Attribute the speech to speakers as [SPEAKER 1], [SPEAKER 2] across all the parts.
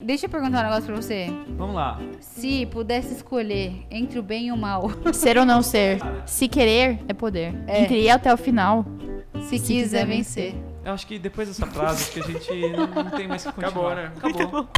[SPEAKER 1] Deixa eu perguntar um negócio pra você.
[SPEAKER 2] Vamos lá.
[SPEAKER 1] Se pudesse escolher entre o bem e o mal,
[SPEAKER 3] Ser ou não ser. Se querer é poder.
[SPEAKER 1] É.
[SPEAKER 3] Entre ir até o final.
[SPEAKER 1] se,
[SPEAKER 3] Se
[SPEAKER 1] quiser
[SPEAKER 3] quiser
[SPEAKER 1] vencer.
[SPEAKER 2] Eu acho que depois dessa frase acho que a gente não, não tem mais que continuar.
[SPEAKER 4] Acabou, né?
[SPEAKER 2] Acabou.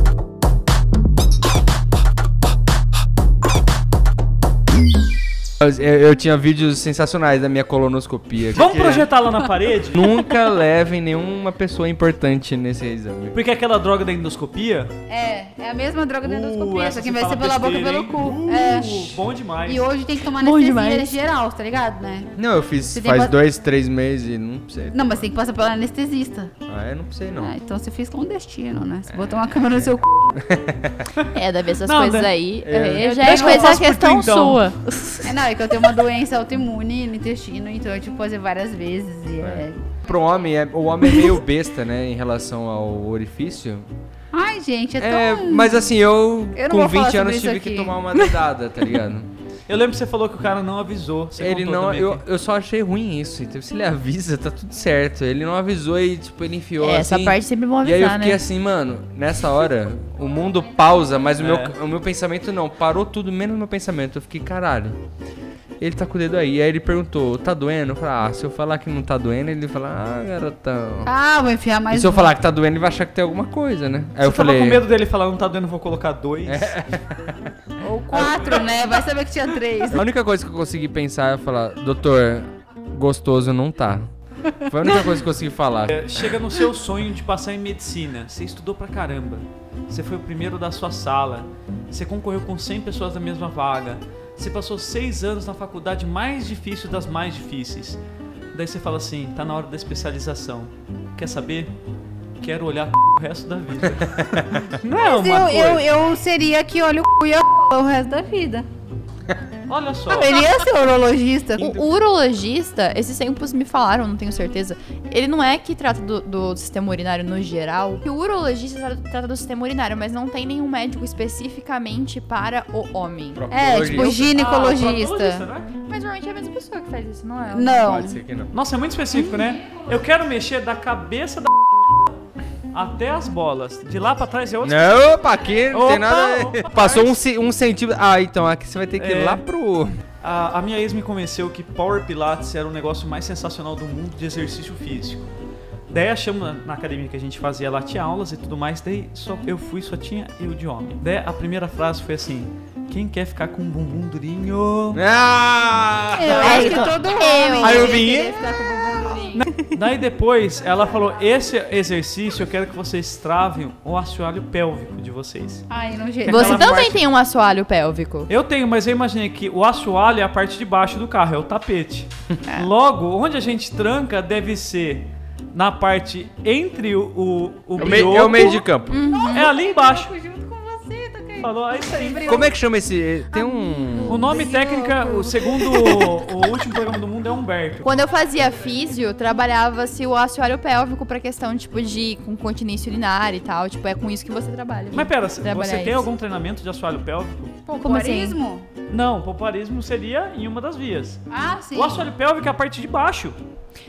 [SPEAKER 5] Eu, eu tinha vídeos sensacionais da minha colonoscopia.
[SPEAKER 4] Vamos projetar lá na parede?
[SPEAKER 5] Nunca levem nenhuma pessoa importante nesse exame.
[SPEAKER 4] Porque é aquela droga da endoscopia.
[SPEAKER 1] É, é a mesma droga da endoscopia,
[SPEAKER 4] Uh, essa
[SPEAKER 1] só que
[SPEAKER 4] você
[SPEAKER 1] vai ser
[SPEAKER 4] fala
[SPEAKER 1] pela boca e
[SPEAKER 4] besteira,
[SPEAKER 1] pelo
[SPEAKER 4] hein?
[SPEAKER 1] cu.
[SPEAKER 4] Uh,
[SPEAKER 1] é.
[SPEAKER 4] Bom demais.
[SPEAKER 1] E hoje tem que tomar
[SPEAKER 3] Bom
[SPEAKER 1] anestesia
[SPEAKER 3] demais.
[SPEAKER 1] geral, tá ligado, né?
[SPEAKER 5] Não, eu fiz
[SPEAKER 1] Você tem
[SPEAKER 5] faz
[SPEAKER 1] ba-
[SPEAKER 5] dois, três meses e não sei.
[SPEAKER 1] Não, mas tem que passar pelo anestesista.
[SPEAKER 5] Ah, eu não sei não.
[SPEAKER 1] Ah, então você fez clandestino, né? Você botou uma câmera no seu cu.
[SPEAKER 3] É, deve essas
[SPEAKER 4] Não,
[SPEAKER 3] coisas
[SPEAKER 4] né?
[SPEAKER 3] aí.
[SPEAKER 5] É.
[SPEAKER 3] é, já é
[SPEAKER 4] Deixa que eu
[SPEAKER 3] coisa
[SPEAKER 4] faço por tu,
[SPEAKER 3] questão
[SPEAKER 4] então.
[SPEAKER 3] sua.
[SPEAKER 1] É, não, é que eu tenho uma doença autoimune no intestino, então eu tive que fazer várias vezes. E é...
[SPEAKER 5] Pro homem, é- o homem é meio besta, né, em relação ao orifício.
[SPEAKER 1] Ai, gente, é tão.
[SPEAKER 5] É, mas assim, eu,
[SPEAKER 1] Eu não
[SPEAKER 5] com
[SPEAKER 1] vou falar
[SPEAKER 5] 20
[SPEAKER 1] sobre
[SPEAKER 5] anos
[SPEAKER 1] isso
[SPEAKER 5] tive
[SPEAKER 1] aqui.
[SPEAKER 5] que tomar uma dedada, tá ligado?
[SPEAKER 4] Eu lembro que você falou que o cara não avisou. Você
[SPEAKER 5] ele
[SPEAKER 4] contou
[SPEAKER 5] não,
[SPEAKER 4] também
[SPEAKER 5] eu,
[SPEAKER 4] aqui.
[SPEAKER 5] eu só achei ruim isso. Então, se ele avisa, tá tudo certo. Ele não avisou e, tipo, ele enfiou
[SPEAKER 3] É, essa
[SPEAKER 5] assim.
[SPEAKER 3] parte sempre bom
[SPEAKER 5] E aí eu
[SPEAKER 3] avisar,
[SPEAKER 5] fiquei
[SPEAKER 3] né?
[SPEAKER 5] assim, mano, nessa hora o mundo pausa, mas o,
[SPEAKER 4] É.
[SPEAKER 5] meu, o meu pensamento não, parou tudo, menos o meu pensamento. Eu fiquei, caralho, ele tá com o dedo aí. Aí ele perguntou, tá doendo? Eu falei, ah, se eu falar que não tá doendo, ele fala, ah, garotão.
[SPEAKER 1] Ah, vou enfiar mais.
[SPEAKER 5] e se eu
[SPEAKER 1] um.
[SPEAKER 5] falar que tá doendo, ele vai achar que tem alguma coisa, né? Aí eu
[SPEAKER 4] Você tava
[SPEAKER 5] falei, É.
[SPEAKER 4] com medo dele falar, não tá doendo, vou colocar dois.
[SPEAKER 1] um. Ou quatro, né? Vai saber que tinha três.
[SPEAKER 5] a única coisa que eu consegui pensar é falar, doutor, gostoso não tá. Foi a única coisa que eu consegui falar.
[SPEAKER 4] Chega no seu sonho de passar em medicina. Você estudou pra caramba. Você foi o primeiro da sua sala. Você concorreu com 100 pessoas da mesma vaga. Você passou seis anos na faculdade mais difícil das mais difíceis. Daí você fala assim: tá na hora da especialização. Quer saber? Quero olhar o resto da vida. Não é
[SPEAKER 1] Mas
[SPEAKER 4] uma
[SPEAKER 1] eu,
[SPEAKER 4] coisa.
[SPEAKER 1] eu, eu seria que olha o cu e a p- o resto da vida.
[SPEAKER 4] Olha só. Ah,
[SPEAKER 1] Eu iria ser urologista.
[SPEAKER 3] O,
[SPEAKER 5] assim,
[SPEAKER 3] o urologista, esses tempos me falaram, não tenho certeza, ele não é que trata do, do sistema urinário no geral. O urologista tra- trata do sistema urinário, mas não tem nenhum médico especificamente para o homem.
[SPEAKER 1] É, tipo
[SPEAKER 4] proctologista,
[SPEAKER 1] ginecologista.
[SPEAKER 4] né?
[SPEAKER 3] Mas normalmente é a mesma pessoa que faz isso, não
[SPEAKER 4] Ah,
[SPEAKER 3] é?
[SPEAKER 1] Não.
[SPEAKER 5] Pode ser que não.
[SPEAKER 4] Nossa, é muito específico, né? Eu quero mexer da cabeça da até as bolas. De lá pra trás é outra
[SPEAKER 5] Não, opa, aqui não
[SPEAKER 4] Opa,
[SPEAKER 5] tem nada.
[SPEAKER 4] opa,
[SPEAKER 5] Passou um, ci- um centímetro. Ah, então aqui você vai ter que
[SPEAKER 4] É.
[SPEAKER 5] ir lá pro.
[SPEAKER 4] A, a minha ex me convenceu que Power Pilates era o negócio mais sensacional do mundo de exercício físico. Daí achamos na- na academia que a gente fazia, lá tinha aulas e tudo mais, daí só eu fui, só tinha eu de homem. Daí a primeira frase foi assim: Quem quer ficar com um bumbum durinho?
[SPEAKER 5] Ah!
[SPEAKER 1] Eu acho que
[SPEAKER 3] então,
[SPEAKER 1] todo
[SPEAKER 3] eu
[SPEAKER 1] homem.
[SPEAKER 5] Aí eu
[SPEAKER 1] ia
[SPEAKER 5] vim,
[SPEAKER 1] querer ficar com o bumbum durinho.
[SPEAKER 4] Daí depois ela falou: Esse exercício eu quero que vocês travem o assoalho pélvico de vocês.
[SPEAKER 1] Ai, não jeito.
[SPEAKER 3] Você
[SPEAKER 4] Aquela
[SPEAKER 3] também
[SPEAKER 4] parte-
[SPEAKER 3] tem um assoalho pélvico.
[SPEAKER 4] Eu tenho, mas eu imaginei que o assoalho é a parte de baixo do carro, é o tapete. Logo, onde a gente tranca deve ser na parte entre o, o, o
[SPEAKER 5] É o meio, é o
[SPEAKER 4] brioco-
[SPEAKER 5] meio de campo.
[SPEAKER 3] Uhum.
[SPEAKER 4] É ali embaixo.
[SPEAKER 1] junto com você, tá caindo.
[SPEAKER 4] Falou, é isso aí. é?
[SPEAKER 5] Como é que chama esse. Tem um.
[SPEAKER 4] O nome técnico, o segundo o último programa do mundo é Humberto.
[SPEAKER 3] Quando eu fazia físio, trabalhava-se o assoalho pélvico pra questão, tipo, de com continência urinária e tal. Tipo, é com isso que você trabalha.
[SPEAKER 4] Mas pera, você
[SPEAKER 3] Trabalhar
[SPEAKER 4] tem
[SPEAKER 3] isso.
[SPEAKER 4] algum treinamento de assoalho pélvico?
[SPEAKER 3] Como assim?
[SPEAKER 1] Pompoarismo?
[SPEAKER 4] Não, popularismo seria em uma das vias.
[SPEAKER 1] Ah, sim.
[SPEAKER 4] O assoalho pélvico é a parte de baixo.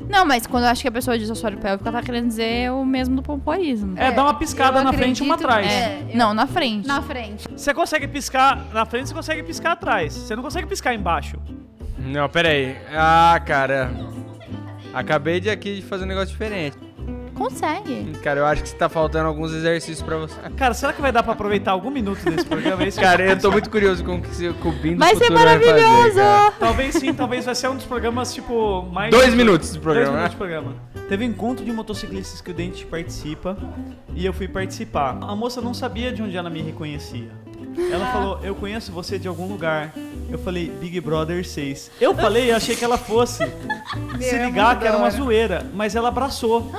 [SPEAKER 3] Não, mas quando eu acho que a pessoa diz assoalho pélvico, ela tá querendo dizer o mesmo do pompoarismo.
[SPEAKER 4] É, dá uma piscada
[SPEAKER 1] eu
[SPEAKER 4] na frente e uma
[SPEAKER 1] acredito-
[SPEAKER 4] atrás.
[SPEAKER 1] é, eu-
[SPEAKER 3] Não, na frente.
[SPEAKER 1] Na frente.
[SPEAKER 4] Você consegue piscar na frente, você consegue piscar atrás. Você não consegue piscar embaixo.
[SPEAKER 5] Não, pera aí. Ah, cara. Acabei de aqui de fazer um negócio diferente.
[SPEAKER 3] Consegue.
[SPEAKER 5] Cara, eu acho que você tá faltando alguns exercícios pra você.
[SPEAKER 4] Cara, será que vai dar pra aproveitar algum minuto desse programa? É isso que
[SPEAKER 5] Cara,
[SPEAKER 4] eu
[SPEAKER 5] eu
[SPEAKER 4] tô
[SPEAKER 5] tô muito curioso com o que você- com o Bim do
[SPEAKER 3] Vai ser
[SPEAKER 5] futuro vai fazer,
[SPEAKER 3] maravilhoso!
[SPEAKER 5] cara.
[SPEAKER 4] pensando. Talvez sim, talvez vai ser um dos programas, tipo, mais...
[SPEAKER 5] Dois minutos de
[SPEAKER 4] Dois
[SPEAKER 5] programa. né?
[SPEAKER 4] minutos de programa. Teve um encontro de motociclistas que o Dente participa e eu fui participar. A moça não sabia de onde ela me reconhecia. Ela falou, eu conheço você de algum lugar. Eu falei, Big Brother 6. Eu falei e achei que ela fosse se
[SPEAKER 1] Meu, é
[SPEAKER 4] ligar
[SPEAKER 1] muito
[SPEAKER 4] que era
[SPEAKER 1] da
[SPEAKER 4] uma
[SPEAKER 1] hora.
[SPEAKER 4] zoeira, mas ela abraçou.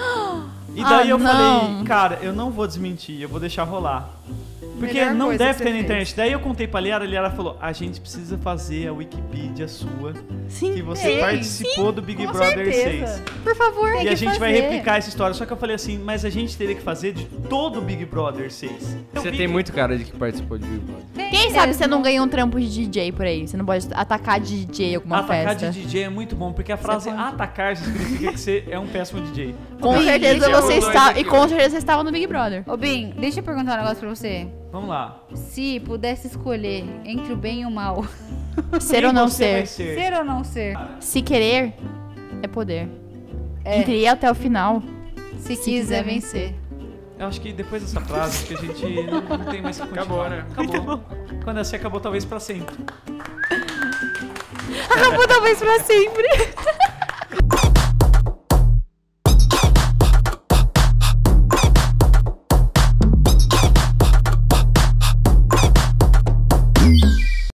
[SPEAKER 4] E
[SPEAKER 3] Ah,
[SPEAKER 4] daí eu
[SPEAKER 3] não.
[SPEAKER 4] falei, cara, eu não vou desmentir, eu vou deixar rolar. Porque
[SPEAKER 6] Melhor
[SPEAKER 4] não
[SPEAKER 6] coisa que
[SPEAKER 4] deve
[SPEAKER 6] você
[SPEAKER 4] ter na
[SPEAKER 6] fez.
[SPEAKER 4] internet. Daí eu contei pra Liara, a Liara falou: a gente precisa fazer a Wikipedia sua.
[SPEAKER 3] Sim,
[SPEAKER 4] Que você
[SPEAKER 1] Sim,
[SPEAKER 4] participou do Big
[SPEAKER 1] com
[SPEAKER 4] Brother
[SPEAKER 1] certeza.
[SPEAKER 4] 6.
[SPEAKER 3] por favor.
[SPEAKER 1] Tem
[SPEAKER 4] e a
[SPEAKER 1] que
[SPEAKER 4] gente vai
[SPEAKER 1] fazer.
[SPEAKER 4] replicar essa história. Só que eu falei assim, mas a gente teria que fazer de todo o Big Brother 6. Eu
[SPEAKER 5] Você
[SPEAKER 4] vi
[SPEAKER 5] tem
[SPEAKER 4] que-
[SPEAKER 5] muito cara de que participou de Big Brother.
[SPEAKER 3] Quem
[SPEAKER 1] É.
[SPEAKER 3] sabe você não ganha um trampo de DJ por aí? Você não pode atacar de DJ alguma
[SPEAKER 4] Atacar
[SPEAKER 3] festa.
[SPEAKER 4] de DJ é muito bom, porque a frase
[SPEAKER 3] pode.
[SPEAKER 4] atacar significa que você é um péssimo DJ.
[SPEAKER 3] Com
[SPEAKER 1] Sim,
[SPEAKER 3] certeza
[SPEAKER 1] deixa eu
[SPEAKER 3] você
[SPEAKER 5] dois
[SPEAKER 3] está.
[SPEAKER 5] aqui,
[SPEAKER 3] E com certeza você estava no Big Brother.
[SPEAKER 1] Ô, Bim, deixa eu perguntar um negócio pra você.
[SPEAKER 4] Vamos lá.
[SPEAKER 1] Se pudesse escolher entre o bem e o mal,
[SPEAKER 3] Ser
[SPEAKER 4] Quem
[SPEAKER 3] ou não
[SPEAKER 4] você vai
[SPEAKER 3] ser.
[SPEAKER 1] ser ou não ser?
[SPEAKER 3] Se querer é poder.
[SPEAKER 1] É.
[SPEAKER 3] Quem queria até o final.
[SPEAKER 1] Se,
[SPEAKER 3] Se
[SPEAKER 1] quiser vencer.
[SPEAKER 4] Eu acho que depois dessa frase que a gente não, não tem mais que continuar.
[SPEAKER 5] Acabou, né?
[SPEAKER 4] Acabou. Quando essa acabou, talvez pra sempre.
[SPEAKER 3] Acabou talvez pra sempre.